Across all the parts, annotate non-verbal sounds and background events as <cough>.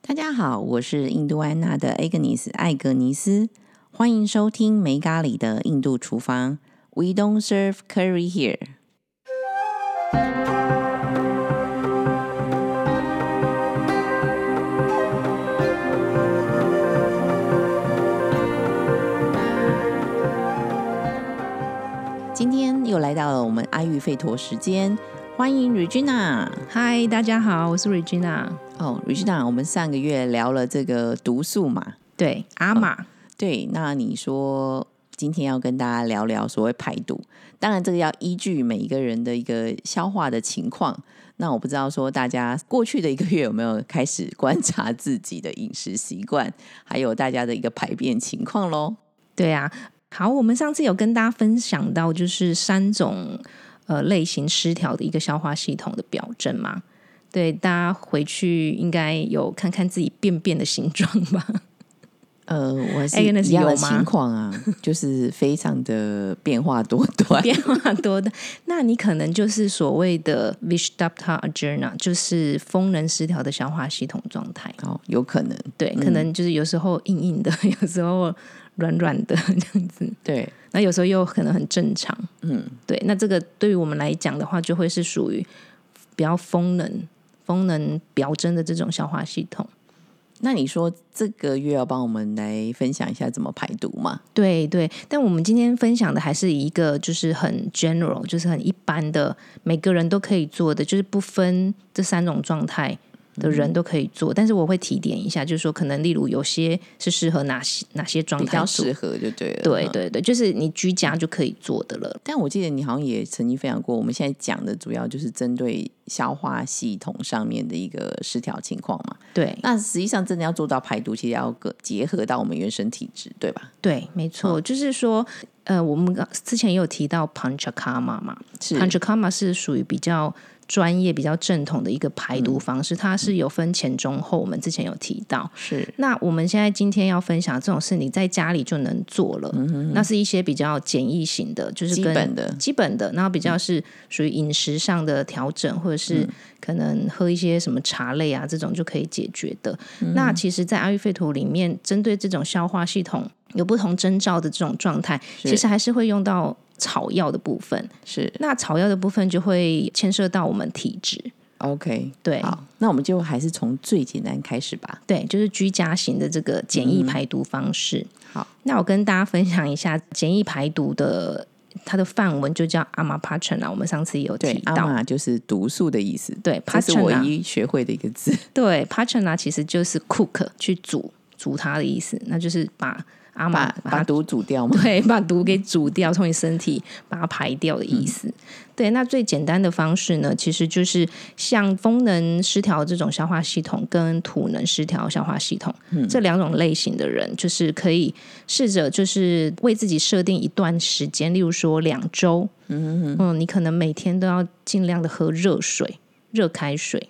大家好，我是印度安娜的 Agnes 艾格尼斯，欢迎收听没咖喱的印度厨房。We don't serve curry here。今天又来到了我们阿育吠陀时间，欢迎 Regina。嗨，大家好，我是 Regina。哦，Regina，我们上个月聊了这个毒素嘛，对，阿玛，对，那你说今天要跟大家聊聊所谓排毒，当然这个要依据每一个人的一个消化的情况。那我不知道说大家过去的一个月有没有开始观察自己的饮食习惯，还有大家的一个排便情况喽。对啊。好，我们上次有跟大家分享到，就是三种呃类型失调的一个消化系统的表征嘛。对，大家回去应该有看看自己便便的形状吧。 <laughs> 呃，我还是哎那是一样的有吗情况啊，就是非常的变化多端。变化多的，那你可能就是所谓的 Vishdapta Ajna，就是风能失调的消化系统状态。 <laughs> 哦，有可能，对，可能就是有时候硬硬的， <laughs> 有时候软软的这样子。对，那有时候又可能很正常，嗯，对。那这个对于我们来讲的话，就会是属于比较风能、风能表征的这种消化系统。那你说这个月要帮我们来分享一下怎么排毒吗？对对，但我们今天分享的还是一个就是很 general，就是很一般的，每个人都可以做的，就是不分这三种状态的人都可以做。但是我会提点一下，就是说可能例如有些是适合哪些哪些状比态较做适。合就对了。对嗯对对，就是你居家就可以做的了。但我记得你好像也曾经分享过，我们现在讲的主要就是针对消化系统上面的一个失调情况嘛。对，那实际上真的要做到排毒，其实要个结合到我们原生体质，对吧？对，没错，嗯就是说，呃，我们刚之前也有提到 Panchakarma 嘛是，Panchakarma 是属于比较专业、比较正统的一个排毒方式，它是有分前、中、后，我们之前有提到。是那我们现在今天要分享这种事，你在家里就能做了。那是一些比较简易型的，就是嗯基跟本的基本的，然后比嗯较是属于饮食上的调整，或者是可能喝一些什么茶类啊，这种就可以解决的。嗯那其实，在阿育吠陀里面，针对这种消化系统有不同征兆的这种状态，是其实还是会用到草药的部分。是那草药的部分就会牵涉到我们体质， OK。对，好，那我们就还是从最简单开始吧。对，就是居家型的这个简易排毒方式。嗯好，那我跟大家分享一下简易排毒的它的范文，就叫阿玛帕陈啊，我们上次也有提对，阿到。玛就是毒素的意思，对这是我 Pachana 唯一学会的一个字。对 p a c h a n a 其实就是 cook 去煮煮它的意思，那就是把阿玛把把 <laughs> 把它毒煮掉吗？对，把毒给煮掉，从你身体把它排掉的意嗯思。对，那最简单的方式呢，其实就是像风能失调这种消化系统跟土能失调消化系统、嗯这两种类型的人，就是可以试着就是为自己设定一段时间，例如说两周，嗯嗯，你可能每天都要尽量的喝热水、热开水。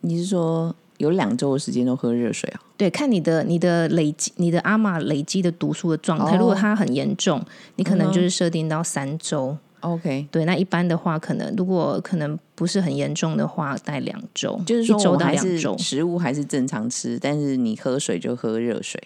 你是说有两周的时间都喝热水啊？对，看你的你的累积，你的阿玛累积的毒素的状态。哦嗯如果它很严重，你可能就是设定到三周。 OK，对，那一般的话，可能如果可能不是很严重的话，待两周，就是说一我周们到还两是周。食物还是正常吃，但是你喝水就喝热水。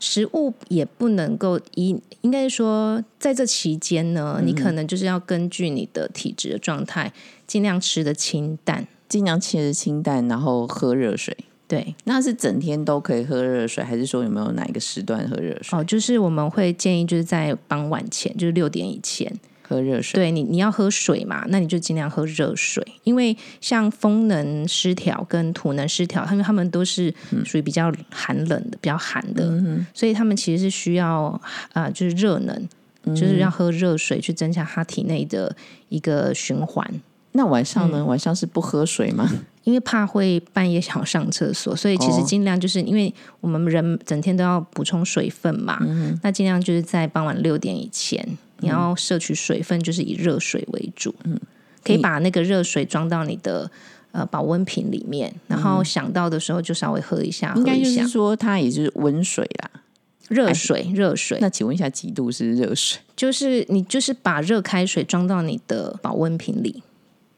食物也不能够依，应该说在这期间呢，嗯你可能就是要根据你的体质的状态，尽量吃的清淡。尽量吃清淡，然后喝热水。对，那是整天都可以喝热水，还是说有没有哪一个时段喝热水？哦，就是我们会建议就是在傍晚前，就是六点以前，喝热水。对你，你要喝水嘛，那你就尽量喝热水，因为像风能失调跟土能失调，因为他们都是属于比较寒冷的、比较寒的，所以他们其实是需要啊、呃就是热能，就是要喝热水去增强他体内的一个循环。那晚上呢？晚上是不喝水吗？因为怕会半夜想要上厕所，所以其实哦尽量就是、因为我们人整天都要补充水分嘛，嗯那尽量就是在傍晚六点以前，你要摄取水分，就是以热水为主。嗯，可以把那个热水装到你的呃保温瓶里面，然后想到的时候就稍微喝一下，应该喝就一是下说哎它也就是温水啦。热水，热水那请问一下，几度是热水？就是你就是把热开水装到你的保温瓶里。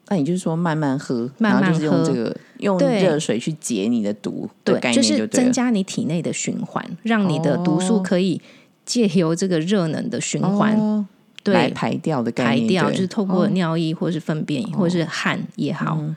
那你就是说慢慢喝，慢慢然后就是用喝这个用对热水去解你的毒的对概，就念对是了增。加你体内的循环，让你的毒素哦可以借由这个热能的循环，哦来对，排掉的概排念，掉，对哦就是透过尿液或是粪便、或是汗也好。嗯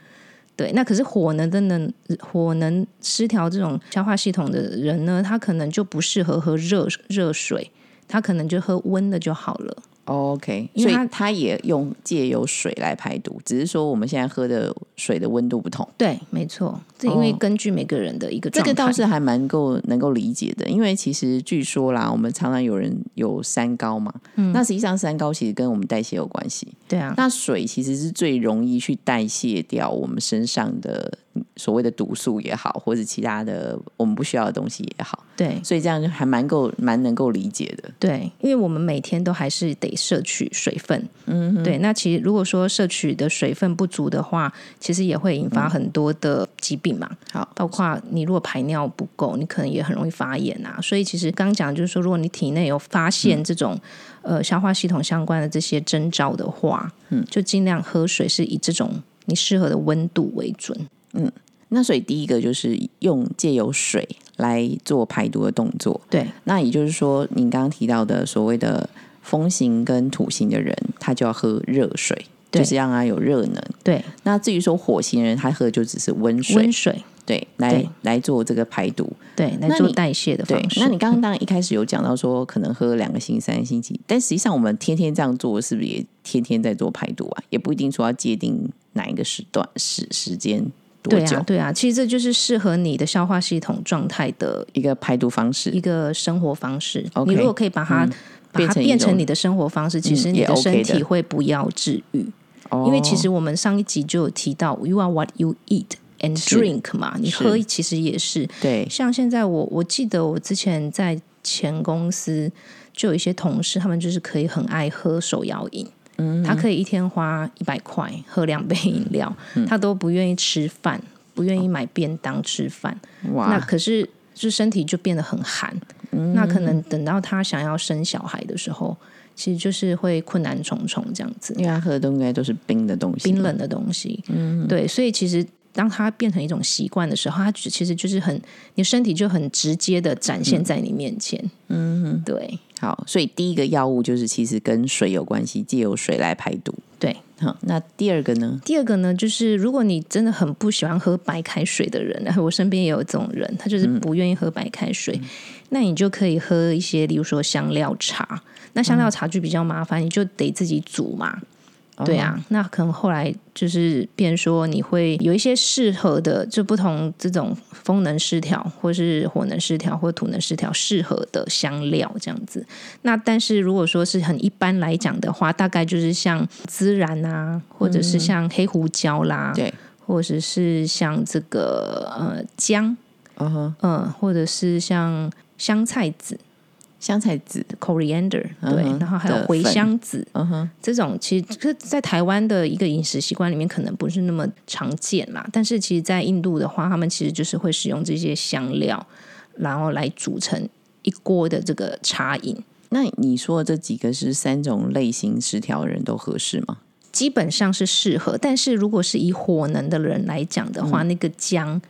对，那可是火能的能火能失调这种消化系统的人呢，他可能就不适合喝热热水，他可能就喝温的就好了。 OK，因所为以它它也用借由水来排毒，只是说我们现在喝的水的温度不同。对，没错，这因为哦根据每个人的一个这状态，个倒是还蛮够能够理解的，因为其实据说啦，我们常常有人有三高嘛，那实际上三高其实跟我们代谢有关系。对啊，那水其实是最容易去代谢掉我们身上的嗯所谓的毒素也好，或者其他的我们不需要的东西也好，对所以这样就还蛮够蛮能够理解的。对，因为我们每天都还是得摄取水分，嗯，对。那其实如果说摄取的水分不足的话，其实也会引发很多的疾病嘛。嗯好，包括你如果排尿不够，你可能也很容易发炎啊。所以其实刚讲就是说，如果你体内有发嗯现这种、呃消化系统相关的这些征兆的话，嗯，就尽量喝水是以这种你适合的温度为准。那所以第一个就是用借由水来做排毒的动作。对那也就是说，您刚刚提到的所谓的风行跟土行的人，他就要喝热水，对就是让他有热能。对，那至于说火星人，他喝的就只是温水，温水对，来对来做这个排毒。啊对来那做你代谢的对方，式。那 <laughs> 你刚刚当然一开始有讲到说，可能喝两个星期、三个星期，但实际上我们天天这样做，是不是也天天在做排毒啊？也不一定说要界定哪一个时段、时时间多对久、啊，对啊，其实这就是适合你的消化系统状态的一个排毒方式一。个生活方式。 OK，嗯你如果可以把它、把变它成一变成种嗯你的生活方式，其实你也的 OK 身的体会不要治愈。哦因为其实我们上一集就有提到，you are what you eat and 是 drink 嘛，你是喝其实也是。对像现在我我记得我之前在前公司就有一些同事，他们就是可以很爱喝手摇饮。他可以一天花一百块喝两杯饮料，他都不愿意吃饭，不愿意买便当吃饭。那哇，可是就身体就变得很寒。那可能等到他想要生小孩的时候，其实就是会困难重重这样子。因为他喝的都应该都是冰的东西，冰冷的东西。嗯，对，所以其实当它变成一种习惯的时候，它只其实就是很，你身体就很直接的展现在你面前。嗯，对好，所以第一个药物就是其实跟水有关系，借由水来排毒。对。好，那第二个呢？第二个呢，就是如果你真的很不喜欢喝白开水的人， <laughs> 然后我身边也有这种人，他就是不愿意喝白开水，那你就可以喝一些，例如说香料茶。那香料茶就比较麻烦，你就得自己煮嘛。对嗯啊，那可能后来就是变说你会有一些适合的，就不同这种风能失调，或是火能失调，或土能失调适合的香料这样子。那但是如果说是很一般来讲的话，大概就是像孜然啊，或者是像黑胡椒啦，嗯对，或者是像这个呃姜，嗯哼，嗯、或者是像香菜籽香菜籽， （coriander），嗯对，哼然后还有的茴粉香籽，嗯哼，这种其实这在台湾的一个饮食习惯里面可能不是那么常见啦，但是其实，在印度的话，他们其实就是会使用这些香料，然后来煮成一锅的这个茶饮。那你说的这几个是三种类型失调的人都合适吗？基本上是适合，但是如果是以火能的人来讲的话，那个姜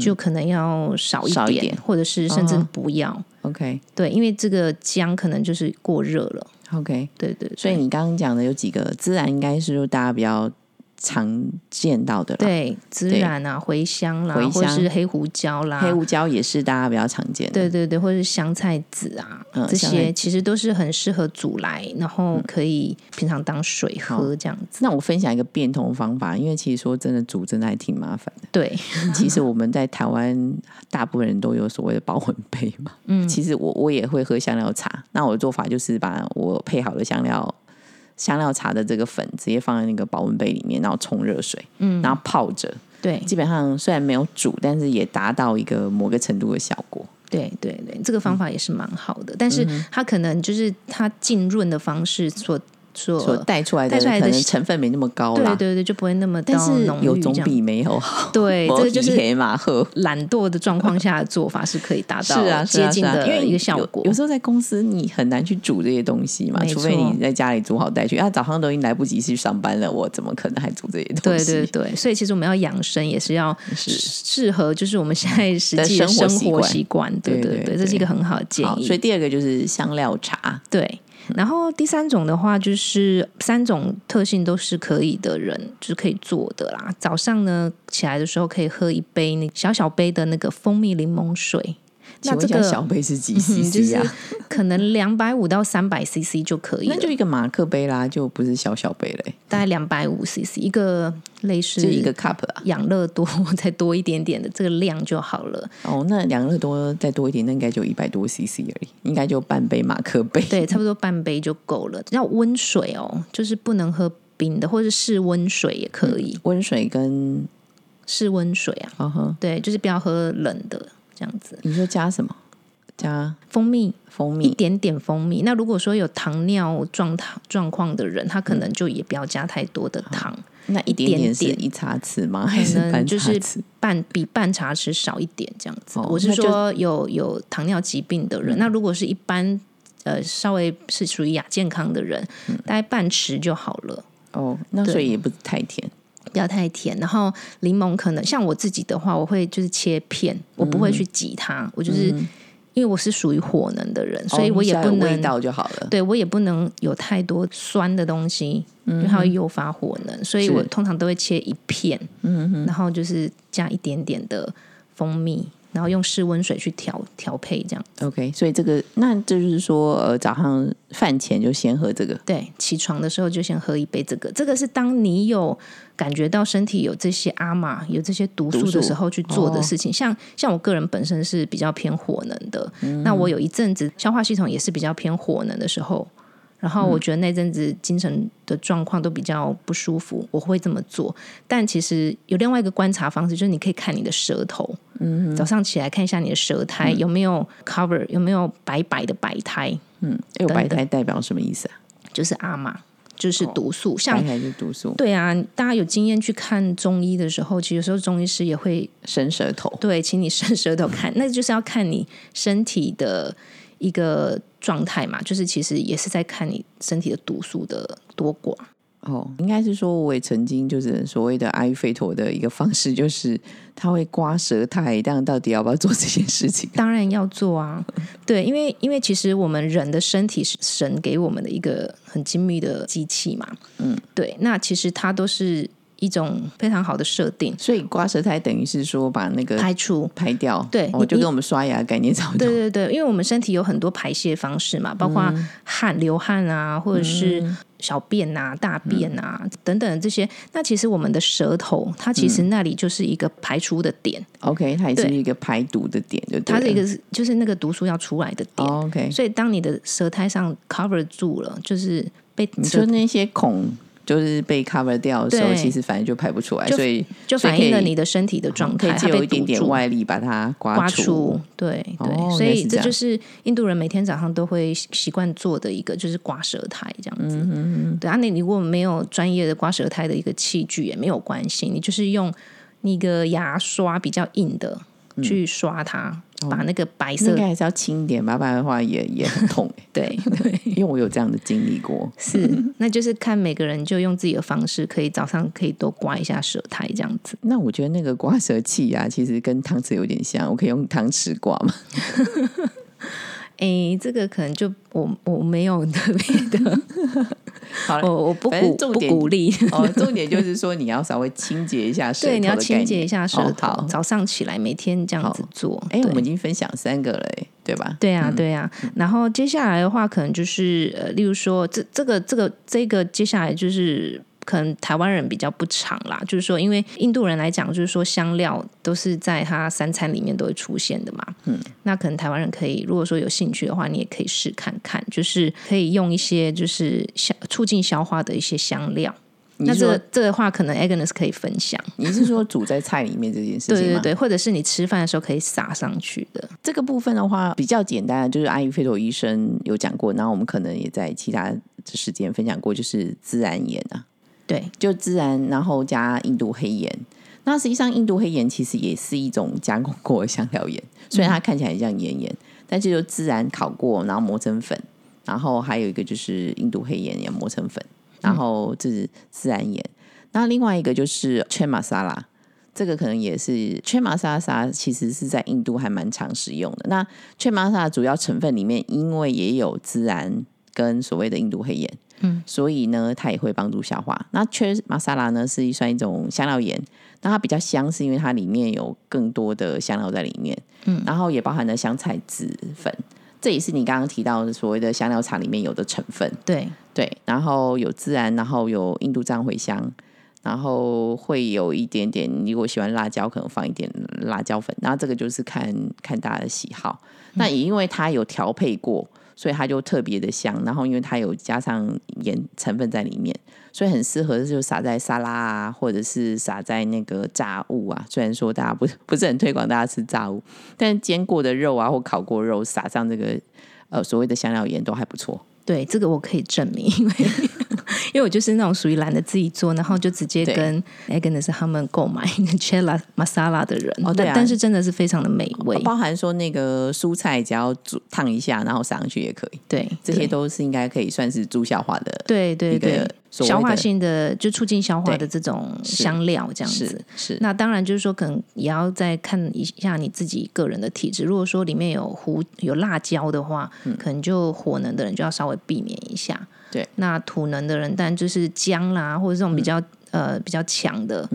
就可能要少一点，嗯少一点或者是甚至不要。 OK 对，因为这个姜可能就是过热了。 OK，对对对所以你刚刚讲的有几个，孜然应该是就大家比较常见到的啦，，对孜然啊、茴香啦，茴香或是黑胡椒啦、黑胡椒也是大家比较常见的，对对对，或者是香菜籽啊，嗯这香菜嗯些其实都是很适合煮来，然后可以平常当水喝这样子。那我分享一个变通方法，因为其实说真的煮真的还挺麻烦的。对 <laughs> 其实我们在台湾大部分人都有所谓的保温杯嘛，嗯，其实我我也会喝香料茶，那我的做法就是把我配好的香料香料茶的这个粉直接放在那个保温杯里面，然后冲热水，嗯，然后泡着，对基本上虽然没有煮，但是也达到一个某个程度的效果。对对嗯对，这个方法也是蛮好的，但是它可能就是它浸润的方式所所所带出来的呃带出来的可能成分没那么高啦对，对对，就不会那么但到是浓有郁总这样比没有好。对，这 <laughs> 个就是黑马赫。懒惰的状况下的做法是可以达是到啊，是接啊近是啊因的为一个效有果有。时候在公司你很难去煮这些东西嘛，没除非你错在家里煮好带去。啊，早上都已经来不及去上班了，我怎么可能还煮这些东对西？对对，所以其实我们要养生也是要是适合，就是我们现在实的际的生活生习活惯习惯。对对对对对，这是一对个很好的建好，议所。以第二个就是香料茶，对，然后第三种的话，就是三种特性都是可以的人，就是可以做的啦。早上呢起来的时候可以喝一杯那小小杯的那个蜂蜜柠檬水，那请问一这下个小杯是几 <laughs> 嗯就 CC 是啊？ <laughs> 可能两百五到三百 CC 就可以了，那就一个马克杯啦，就不是小小杯嘞，大概两百五 CC 一个类似就一个 cup 啊。养乐多再多一点点的这个量就好了。哦，那两个多再多一点，那应该就一百多 CC 而已，应该就半杯马克杯。 <laughs> 对，差不多半杯就够了。要温水哦，就是不能喝冰的，或是室温水也可以，温水跟室温水啊。啊哈，对，就是不要喝冷的这样子，你说加什么？加蜂蜜蜂一蜜。点点蜂蜜。那如果说有糖尿状糖状况的人，他可能就也不要加太多的糖，那一点点点是点一茶匙吗？ <laughs> 还是可半能茶就匙？是半比半茶匙少一点这样子。哦我是那就嗯说有有糖尿疾病的人，那如果是一般呃稍微是属于亚健康的人，嗯大概半匙就好了。哦，那对所以也不是太甜。不要太甜，然后柠檬可能像我自己的话，我会就是切片，我不会去挤它，我就是、因为我是属于火能的人，所以哦我也只要不有能味道就好了。对我也不能有太多酸的东西，因为它会诱发火能，所以是我通常都会切一片，然后就是加一点点的蜂蜜，然后用室温水去调调配，这样 OK，所以这个那就是说，呃，早上饭前就先喝这个。对。起床的时候就先喝一杯这个，这个是当你有感觉到身体有这些阿玛有这些毒素毒素的时候去做的哦事情。像像我个人本身是比较偏火能的，嗯那我有一阵子消化系统也是比较偏火能的时候，然后嗯我觉得那阵子精神的状况都比较不舒服，我会这么做。但其实有另外一个观察方式，就是你可以看你的舌头，嗯，早上起来看一下你的舌苔、有没有 cover，有没有白白的白苔，嗯，哎，我等白等开代表什么意思啊？就是阿玛，就是毒素，像哦白。开就是毒素，对啊，大家有经验去看中医的时候，其实有时候中医师也会伸舌头。对，请你伸 <laughs> 舌头看，那就是要看你身体的一个状态嘛，就是其实也是在看你身体的毒素的多寡。哦，应该是说，我也曾经就是所谓的阿育吠陀的一个方式，就是他会刮舌苔，但到底要不要做这件事情？ <laughs> 当然要做啊，对，因为因为其实我们人的身体是神给我们的一个很精密的机器嘛，嗯，对，那其实它都是一种非常好的设定，所以刮舌苔等于是说把那个排除排掉，对哦，你就你跟我们刷牙的概念差不多嗯对。对对，因为我们身体有很多排泄方式嘛，包括汗、流汗啊，或者是小便啊、大便啊、嗯等等这些。那其实我们的舌头，它其实那里就是一个排出的点， OK，它也是对一个排毒的点，就对它是一了个就是那个毒素要出来的点。哦 OK，所以当你的舌苔上 cover 住了，就是被你舌说那些孔就是被 cover 掉的时候，对其实反正就排不出来，就所以就所以反映可了以你的身体的状可态，以它借由被一堵点点住。外力把它刮刮除。除，对哦对，原来所以是这这样就是印度人每天早上都会习习惯做的一个，就是刮舌苔这样嗯子。对啊，那你如果没有专业的刮舌苔的一个器具也没有关系，你就是用那个牙刷比较硬的去嗯刷它，哦把那个白应色该还是要轻一点吧，不然的话也也很痛、欸 <laughs> 对因为我有这样的经历过。是，那就是看每个人就用自己的方式，可以早上可以多刮一下舌苔这样子。那我觉得那个刮舌器啊，其实跟汤匙有点像，我可以用汤匙刮嘛。诶，这个可能就我我没有特别的， <laughs> 好我了，我不反正鼓重不点鼓励。 <laughs> 哦，重点就是说你要稍微清洁一下舌头对，的你要概清洁念一下舌头，哦好早上起来每天这样子做。哎、对我们已嗯经分享三个了、哎，对吧？对啊，对啊。然后接下来的话，可能就是呃，例如说，这这个这个这个接下来就是。可能台湾人比较不常啦，就是说，因为印度人来讲，就是说香料都是在他三餐里面都会出现的嘛。嗯，那可能台湾人可以，如果说有兴趣的话，你也可以试看看，就是可以用一些就是消促进消化的一些香料。你那是这说 <laughs> 个这个话，可能 Agnes 可以分享。你是说煮在菜里面这件事情吗？对对对，或者是你吃饭的时候可以撒上去的。这个部分的话比较简单，就是阿育吠陀医生有讲过，然后我们可能也在其他时间分享过，就是孜然盐啊，对，就孜然，然后加印度黑盐。那实际上，印度黑盐其实也是一种加工过的香料盐，虽然它看起来很像盐盐，但是就孜然烤过，然后磨成粉，然后还有一个就是印度黑盐也磨成粉，然后这是孜然盐。那另外一个就是 c h e m a s a l a 这个可能也是 c h e m a s a l a 其实是在印度还蛮常使用的。那 c h e m a s a l a 主要成分里面，因为也有孜然跟所谓的印度黑盐，所以呢，它也会帮助消化。那缺玛莎拉呢，是算一种香料盐，那它比较香，是因为它里面有更多的香料在里面，嗯，然后也包含了香菜籽粉，这也是你刚刚提到的所谓的香料茶里面有的成分，对，对，然后有孜然，然后有印度藏茴香，然后会有一点点，如果喜欢辣椒，可能放一点辣椒粉。那这个就是看看大家的喜好。那也因为它有调配过，所以它就特别的香。然后因为它有加上盐成分在里面，所以很适合就撒在沙拉啊，或者是撒在那个炸物啊。虽然说大家不不是很推广大家吃炸物，但煎过的肉啊或烤过肉撒上这个呃所谓的香料盐都还不错。对，这个我可以证明， <laughs> 因为因为我就是那种属于懒得自己做，然后就直接对跟 Agnes 他们购买 Chela Masala 的人。哦对但啊哦但是真的是非常的美味。包含说那个蔬菜，只要煮烫一下，然后撒上去也可以。对，这对些都是应该可以算是助消化的，对对一个对，所谓的消化性的就促进消化对的这种香料这样子是。是那当然就是说，可能也要再看一下你自己个人的体质。如果说里面有胡有辣椒的话，可能就火能的人就要稍微避免一下。嗯对，嗯那土能的人，但就是姜啦，或者这种比较、呃比较强的，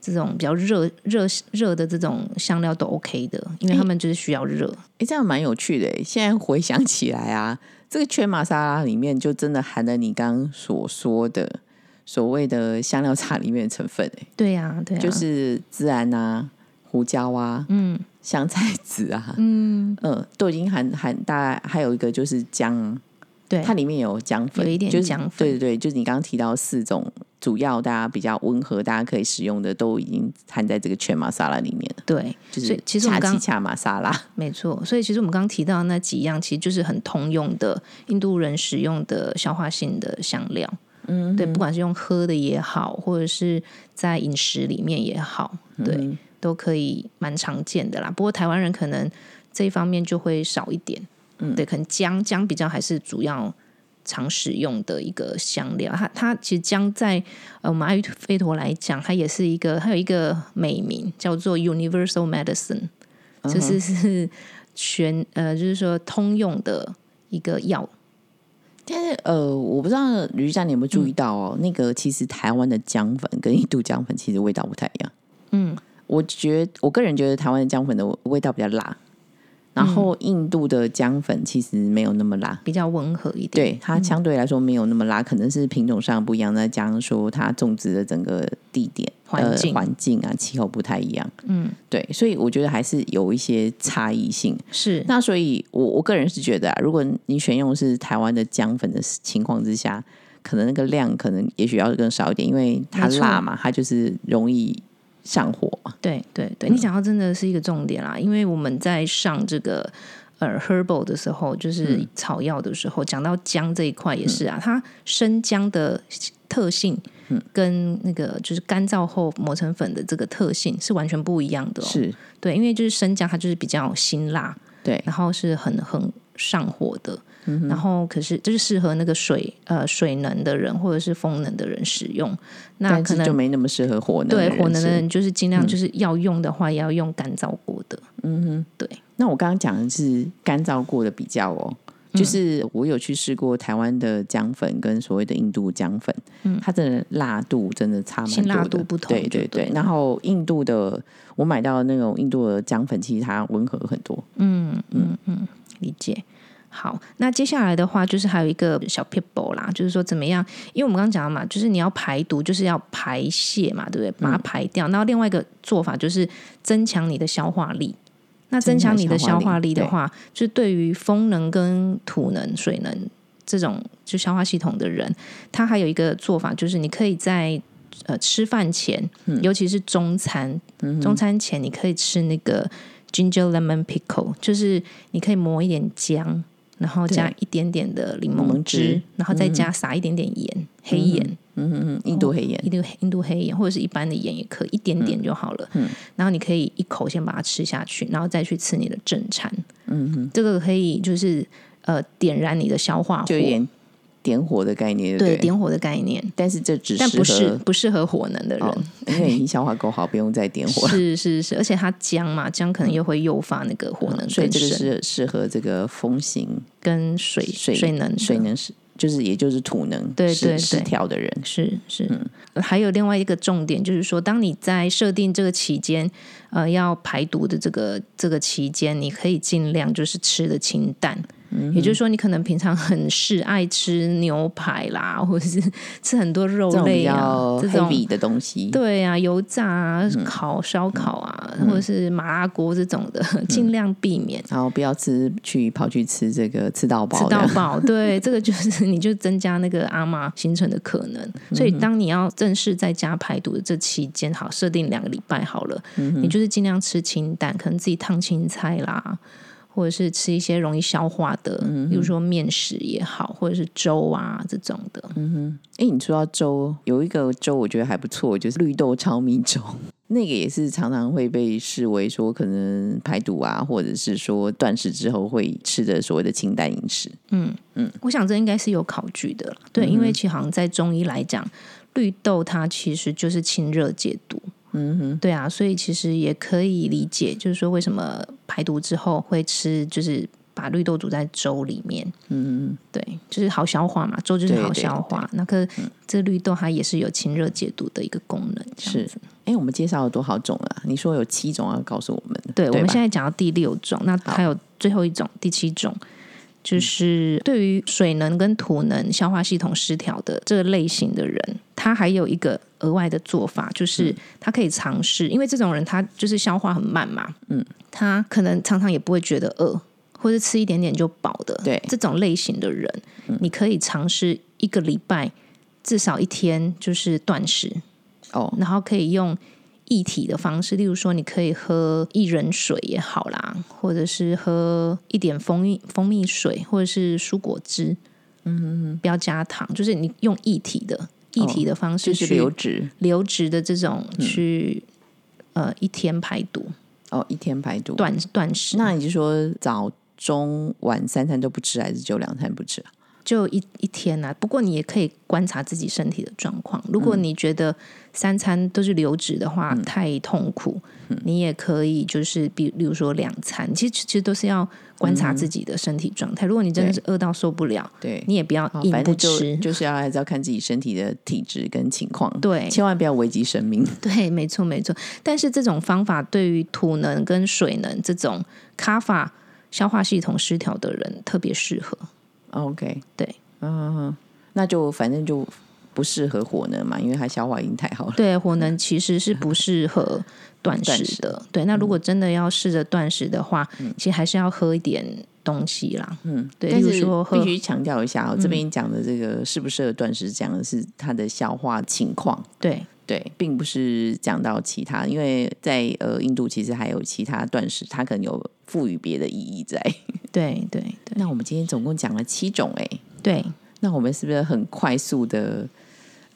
这种比较热热热的这种香料都 OK 的，因为他们就是需要热。哎，这样蛮有趣的诶。现在回想起来啊， <laughs> 这个缺玛莎拉里面就真的含了你刚刚所说的所谓的香料茶里面的成分诶，对呀、对呀、啊就是孜然啊、胡椒啊、嗯香菜籽啊，嗯，嗯，都已经含含大概还有一个就是姜啊，对，它里面有姜粉，有一点就是姜粉对对对，就是你刚刚提到四种主要大家比较温和，大家可以使用的，都已经含在这个全玛莎拉里面了。对，就所是以其实我们恰刚七恰玛莎 <laughs> 拉，没错，所以其实我们刚刚提到的那几样，其实就是很通用的印度人使用的消化性的香料。嗯，对，不管是用喝的也好，或者是在饮食里面也好，对，都可以蛮常见的啦。不过台湾人可能这一方面就会少一点，嗯，对，可能姜姜比较还是主要常使用的一个香料。它它其实姜在呃我们阿育吠陀来讲，它也是一个它有一个美名叫做 Universal Medicine，就是是全呃就是说通用的一个药。但是呃，我不知道吕站你有没有注意到哦，那个其实台湾的姜粉跟印度姜粉其实味道不太一样。嗯，我觉我个人觉得台湾的姜粉的味道比较辣，然嗯后印度的姜粉其实没有那么辣。比较温和一点，嗯对它相对来说没有那么辣，可能是品种上不一样，再加上说它种植的整个地点、环呃境环境啊、气候不太一样。嗯，对，所以我觉得还是有一些差异性。是那所以我，我个人是觉得啊，如果你选用的是台湾的姜粉的情况之下，可能那个量可能也许要更少一点，因为它没错辣嘛，它就是容易上火嘛。对对对，嗯你讲到真的是一个重点啦，因为我们在上这个呃 herbal 的时候，嗯就是草药的时候，讲到姜这一块也是啊，它生姜的特性嗯跟那个就是干燥后磨成粉的这个特性是完全不一样的、哦。是，对，因为就是生姜它就是比较辛辣，对，然后是很很上火的，嗯然后可是就是适合那个水呃水能的人或者是风能的人使用，那但可是能就没那么适合火能的对人嗯火能的吃人就是尽量就是要用的话，也要用干燥过的。那我刚刚讲的是干燥过的比较哦，嗯就是我有去试过台湾的姜粉跟所谓的印度姜粉，它的辣度真的差蛮嗯辛多辣的，度不同对就对对对。然后印度的我买到的那种印度的姜粉，其实它温和很多。理解。好，那接下来的话就是还有一个小 p i b l 啦，就是说怎么样？因为我们刚刚讲了嘛，就是你要排毒，就是要排泄嘛，对不对？把它排掉。然后另外一个做法就是增强你的消化力。那增强你的消化力的话，就是对于风能跟土能、水能这种就消化系统的人，他还有一个做法，就是你可以在呃吃饭前，嗯尤其是中餐，中餐前你可以吃那个 ginger lemon pickle，就是你可以磨一点姜，然后加对一点点的柠柠檬檬汁汁，然后再加撒一点点盐，黑盐，嗯嗯，印度黑盐，印度印度黑盐或者是一般的盐也可以，一点点就好了。嗯，然后你可以一口先把它吃下去，然后再去吃你的正餐。嗯，这个可以就是呃点燃你的消化火，就有点点火的概念，对对不对，点火的概念，但是这只但不适是合不适合火能的人。哦，因为已经消化够好，不用再点火了。是是是，而且它姜嘛，姜可能又会诱发那个火能嗯所以这更个盛，是适合这个风行跟水水水能的水能是就是也就是土能嗯对失对失对调的人，是是、嗯还有另外一个重点就是说，当你在设定这个期间，呃，要排毒的这个这个期间，你可以尽量就是吃的清淡。嗯也就是说，你可能平常很是爱吃牛排啦，或者是 <laughs> 吃很多肉这种比类较啊，这种 heavy 嗯的东西，对啊，油炸啊、烤烧烤啊，嗯或者是麻辣锅这种的，尽量避免。然后不要吃去跑去吃这个吃到饱吃的， <laughs> 到饱， <laughs> 对，这个就是你就增加那个阿玛形成的可能。所以，当你要正式在家排毒的这期间，好设定两个礼拜好了，你就是尽量吃清淡，可能自己烫青菜啦，或者是吃一些容易消化的，比如说面食也好，或者是粥啊这种的。哎，你说到粥，有一个粥我觉得还不错，就是绿豆糙米粥。 <laughs> 那个也是常常会被视为说可能排毒啊，或者是说断食之后会吃的所谓的清淡饮食。我想这应该是有考据的啦，对，嗯因为其实好像在中医来讲，绿豆它其实就是清热解毒。嗯哼，对啊，所以其实也可以理解，就是说为什么排毒之后会吃，就是把绿豆煮在粥里面。嗯嗯，对，就是好消化嘛，粥就是对好对嗯消化。那个这绿豆它也是有清热解毒的一个功能，这是样子。哎，我们介绍了多少种啊？你说有七种要告诉我们的，对，我们吧现在讲到第六种，那还有最后一种，第七种，就是对于水能跟土能消化系统失调的这个类型的人，他还有一个额外的做法，嗯就是他可以尝试，因为这种人他就是消化很慢嘛，嗯，他可能常常也不会觉得饿，或者吃一点点就饱的，对嗯这种类型的人，你可以尝试一个礼拜至少一天就是断食，哦，然后可以用液体的方式，例如说你可以喝薏仁水也好啦，或者是喝一点蜂蜜蜂蜜水，或者是蔬果汁，嗯，不要加糖，就是你用液体的液体的方式哦就是去流嗯质流质的这种去、呃一天排毒哦，一天排毒。断断食，那你就说早中晚三餐都不吃，还是就两餐不吃啊？就一一天啊。不过你也可以观察自己身体的状况。如嗯果你觉得三餐都是流质的话，太痛苦，嗯你也可以就是比，例如说两餐，其实其实都是要嗯观察自己的身体状态。如果你真的是饿到受不了，对，你也不要好硬哦啊反不正就吃。就是要还是要看自己身体的体质跟情况，对千万不要危及生 <laughs> 命。对，没错没错。但是这种方法对于土能跟水能这种卡法消化系统失调的人特别适合。 OK，对，嗯，那就反正就不适合火能嘛，因为它消化已经太好了。对，火能其实是不适合断断食食嗯的。对，那如果真的要试着断食的话，其实还是要喝一点东西啦。嗯，对，但例如是说喝嗯必须强调一下哦，这边讲的这个适不适合断食，讲的是它的消化情况，对对，并不是讲到其他，因为在呃印度其实还有其他断食，它可能有赋予别的意义在。对对对那我们今天总共讲了七种、诶，哎，对，那我们是不是很快速的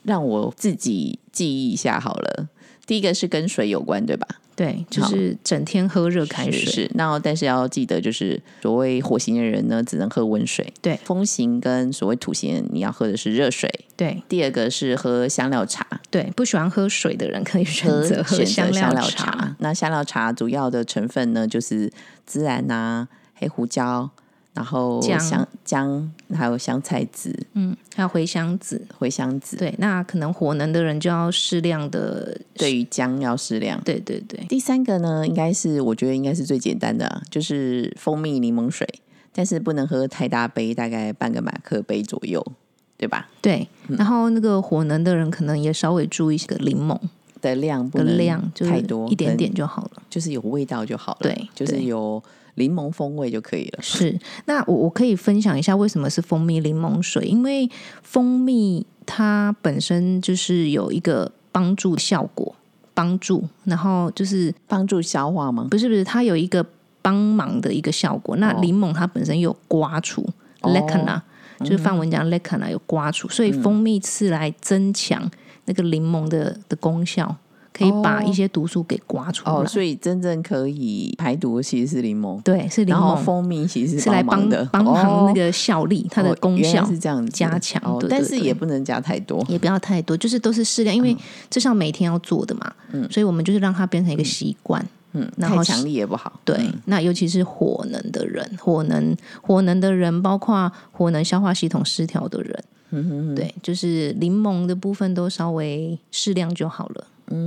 让我自己记忆一下好了？第一个是跟水有关，对吧？对，就好是整天喝热开是水。是，那但是要记得，就是所谓火型的人呢，只能喝温水。对风型跟所谓土型人，你要喝的是热水。对第二个是喝香料茶，对，不喜欢喝水的人可以选喝择喝香香料料。那香料茶主要的成分呢，就是孜然啊、黑胡椒，然后姜香姜，还有香菜籽、嗯，还有茴香籽。茴香籽。对，那可能火能的人就要适量的。对于姜要适量。对对对第三个呢，应该是我觉得应该是最简单的啊，就是蜂蜜柠檬水，但是不能喝太大杯，大概半个马克杯左右，对吧？对，嗯然后那个火能的人可能也稍微注意这个柠檬的量不的能量，就是太多，一点可能点就好了。就是有味道就好了，对就是对有柠檬风味就可以了。是，那我我可以分享一下为什么是蜂蜜柠檬水，因为蜂蜜它本身就是有一个帮助效果，帮助，然后就是帮助消化吗？不是不是，它有一个帮忙的一个效果。那哦柠檬它本身又有刮除哦嗯 l e c a n a 就是范文讲 l e c a n a 有刮除，所以蜂蜜是来增强那个柠檬的的功效，可以把哦一些毒素给刮出来。哦，所以真正可以排毒的其实是柠檬，对，是柠然后檬蜂蜜其实是来帮帮忙的，帮忙那哦个效力，它的哦功原来效是这样子加强哦对对但是对嗯也不能嗯加太多。也不要太多，就是都是适量，因为这是要每天要做的嘛，所以我们就是让它变成一个习惯。嗯，然后太强力也不好。对，那尤其是火能的人，火能火能的人，包括火能消化系统失调的人，嗯对，就是柠檬的部分都稍微适量就好了。嗯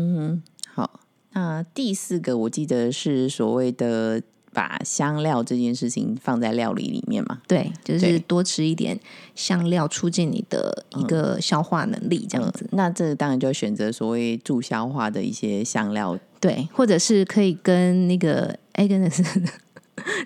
好，那第四个我记得是所谓的把香料这件事情放在料理里面嘛。对，就是对多吃一点香料，促进你的一嗯个消化能力，这样子。那这当然就要选择所谓助消化的一些香料，对，或者是可以跟那个 <laughs> Agnes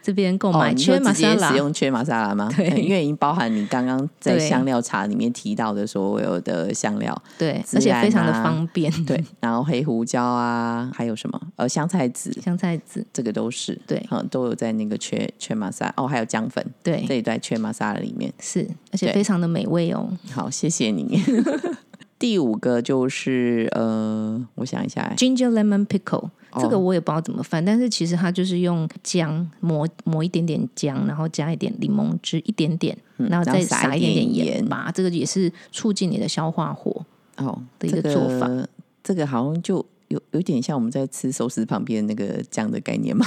这边购买哦你缺就玛直莎接拉使，用缺玛莎拉吗？对嗯因为已经包含你刚刚在对香料茶里面提到的所有的香料，对，孜而且非常的然啊方 <laughs> 便。对，然后黑胡椒啊，还有什么？呃，香菜籽，香菜籽，这个都是对嗯，都有在那个缺缺玛莎哦，还有姜粉，对，这一段缺玛莎拉里面。是，而且对非常的美味哦。好，谢谢你。 <laughs> 第五个就是呃，我想一下欸， Ginger lemon pickle，、哦这个我也不知道怎么翻，但是其实它就是用姜磨磨一点点姜，然后加一点柠檬汁，一点点，然后然后再嗯撒撒一一点点点盐盐吧。这个也是促进你的消化火。哦的一个做法这个，这个好像就有有点像我们在吃寿司旁边那个酱的概 <laughs> 念嘛。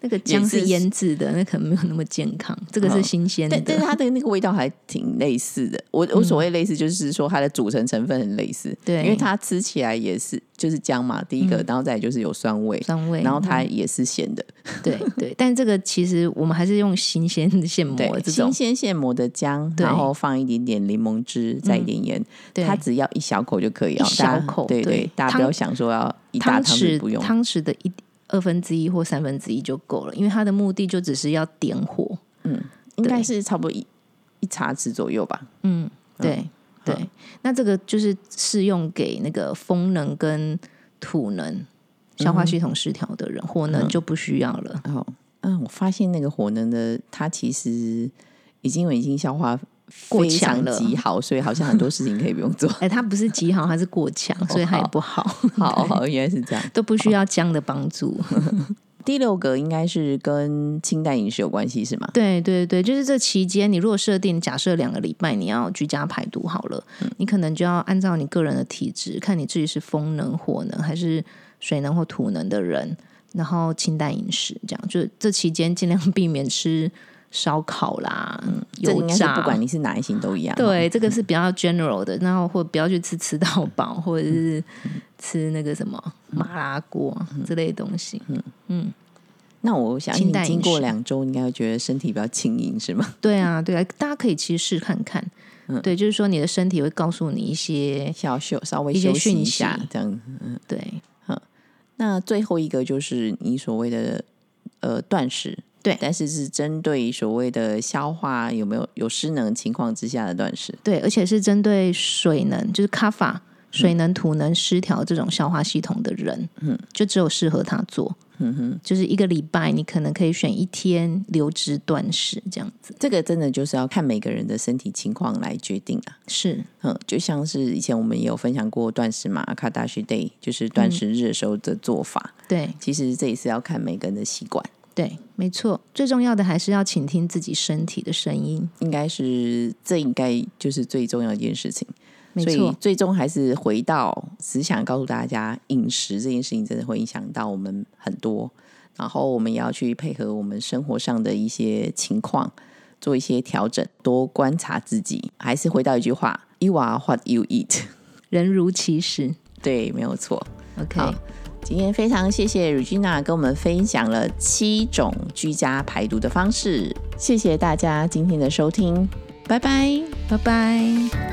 那个姜也是是腌制的，那可能没有那么健康。这个是嗯新鲜的，但但是它的那个味道还挺类似的。我我所谓类似，就是说它的组成成分很类似，嗯对嗯因为它吃起来也是就是姜嘛，第一个，然后再来就是有酸味，酸味。然后它也是咸的，对对，但这个其实我们还是用新鲜的现磨对，这新种，鲜现磨的姜，对嗯然后放一点点柠檬汁，再一点盐，对它只要一小口就可以、哦，一小口大家对对大家不汤要想说要一大汤汤匙匙不用，汤匙的一二分之一或三分之一就够了，因为它的目的就只是要点火。应该对是差不多一一茶匙左右吧。对嗯对，那这个就是适用给那个风能跟土嗯能消化系统失调的人，火能就不需要了。哦，嗯，我发现那个火能的，它其实已经已经消化过非强常了极好，所以好像很多事情可以不用做。 <laughs> 哎，它不是极好，它是过强，所以它也不好，哦好好，原来是这样。 <laughs> 都不需要姜的帮助。第六个应该是跟清淡饮食有关系是吗？对对对，就是这期间，你如果设定假设两个礼拜你要居家排毒好了，嗯你可能就要按照你个人的体质，看你自己是风能、火能还是水能或土能的人，然后清淡饮食，这样就这期间尽量避免吃烧烤啦、嗯这油应该是炸，不管你是哪一型都一样。对，这个是比较 general 的，然后或不要去吃吃到饱，或者是嗯吃那个什么麻辣锅之类的东西。那我想清你淡饮经过食两周，应该会觉得身体比较轻盈，是吗？对啊，对啊，大家可以其实试看看。对，就是说你的身体会告诉你一些 <laughs> 要休稍微一些休息讯一下息，这样。对那最后一个就是你所谓的呃断食，对但是是针对所谓的消化有没有有失能情况之下的断食。对，而且是针对水能，就是卡法水能、土能失调这种消化系统的人，嗯，就只有适合他做。嗯哼，就是一个礼拜，你可能可以选一天流质断食这样子。这个真的就是要看每个人的身体情况来决定啊。是，嗯，就像是以前我们也有分享过断食嘛，阿卡达西 day 就是断食日的时候的做法。对其实这也是要看每个人的习惯，对，没错。最重要的还是要倾听自己身体的声音。应该是这应该就是最重要的一件事情。没所以错，最终还是回到，只想告诉大家，饮食这件事情真的会影响到我们很多，然后我们也要去配合我们生活上的一些情况，做一些调整，多观察自己。还是回到一句话：You are what you eat。人如其实。对，没有错。 OK，好，今天非常谢谢 Regina 跟我们分享了七种居家排毒的方式，谢谢大家今天的收听，拜拜。拜拜。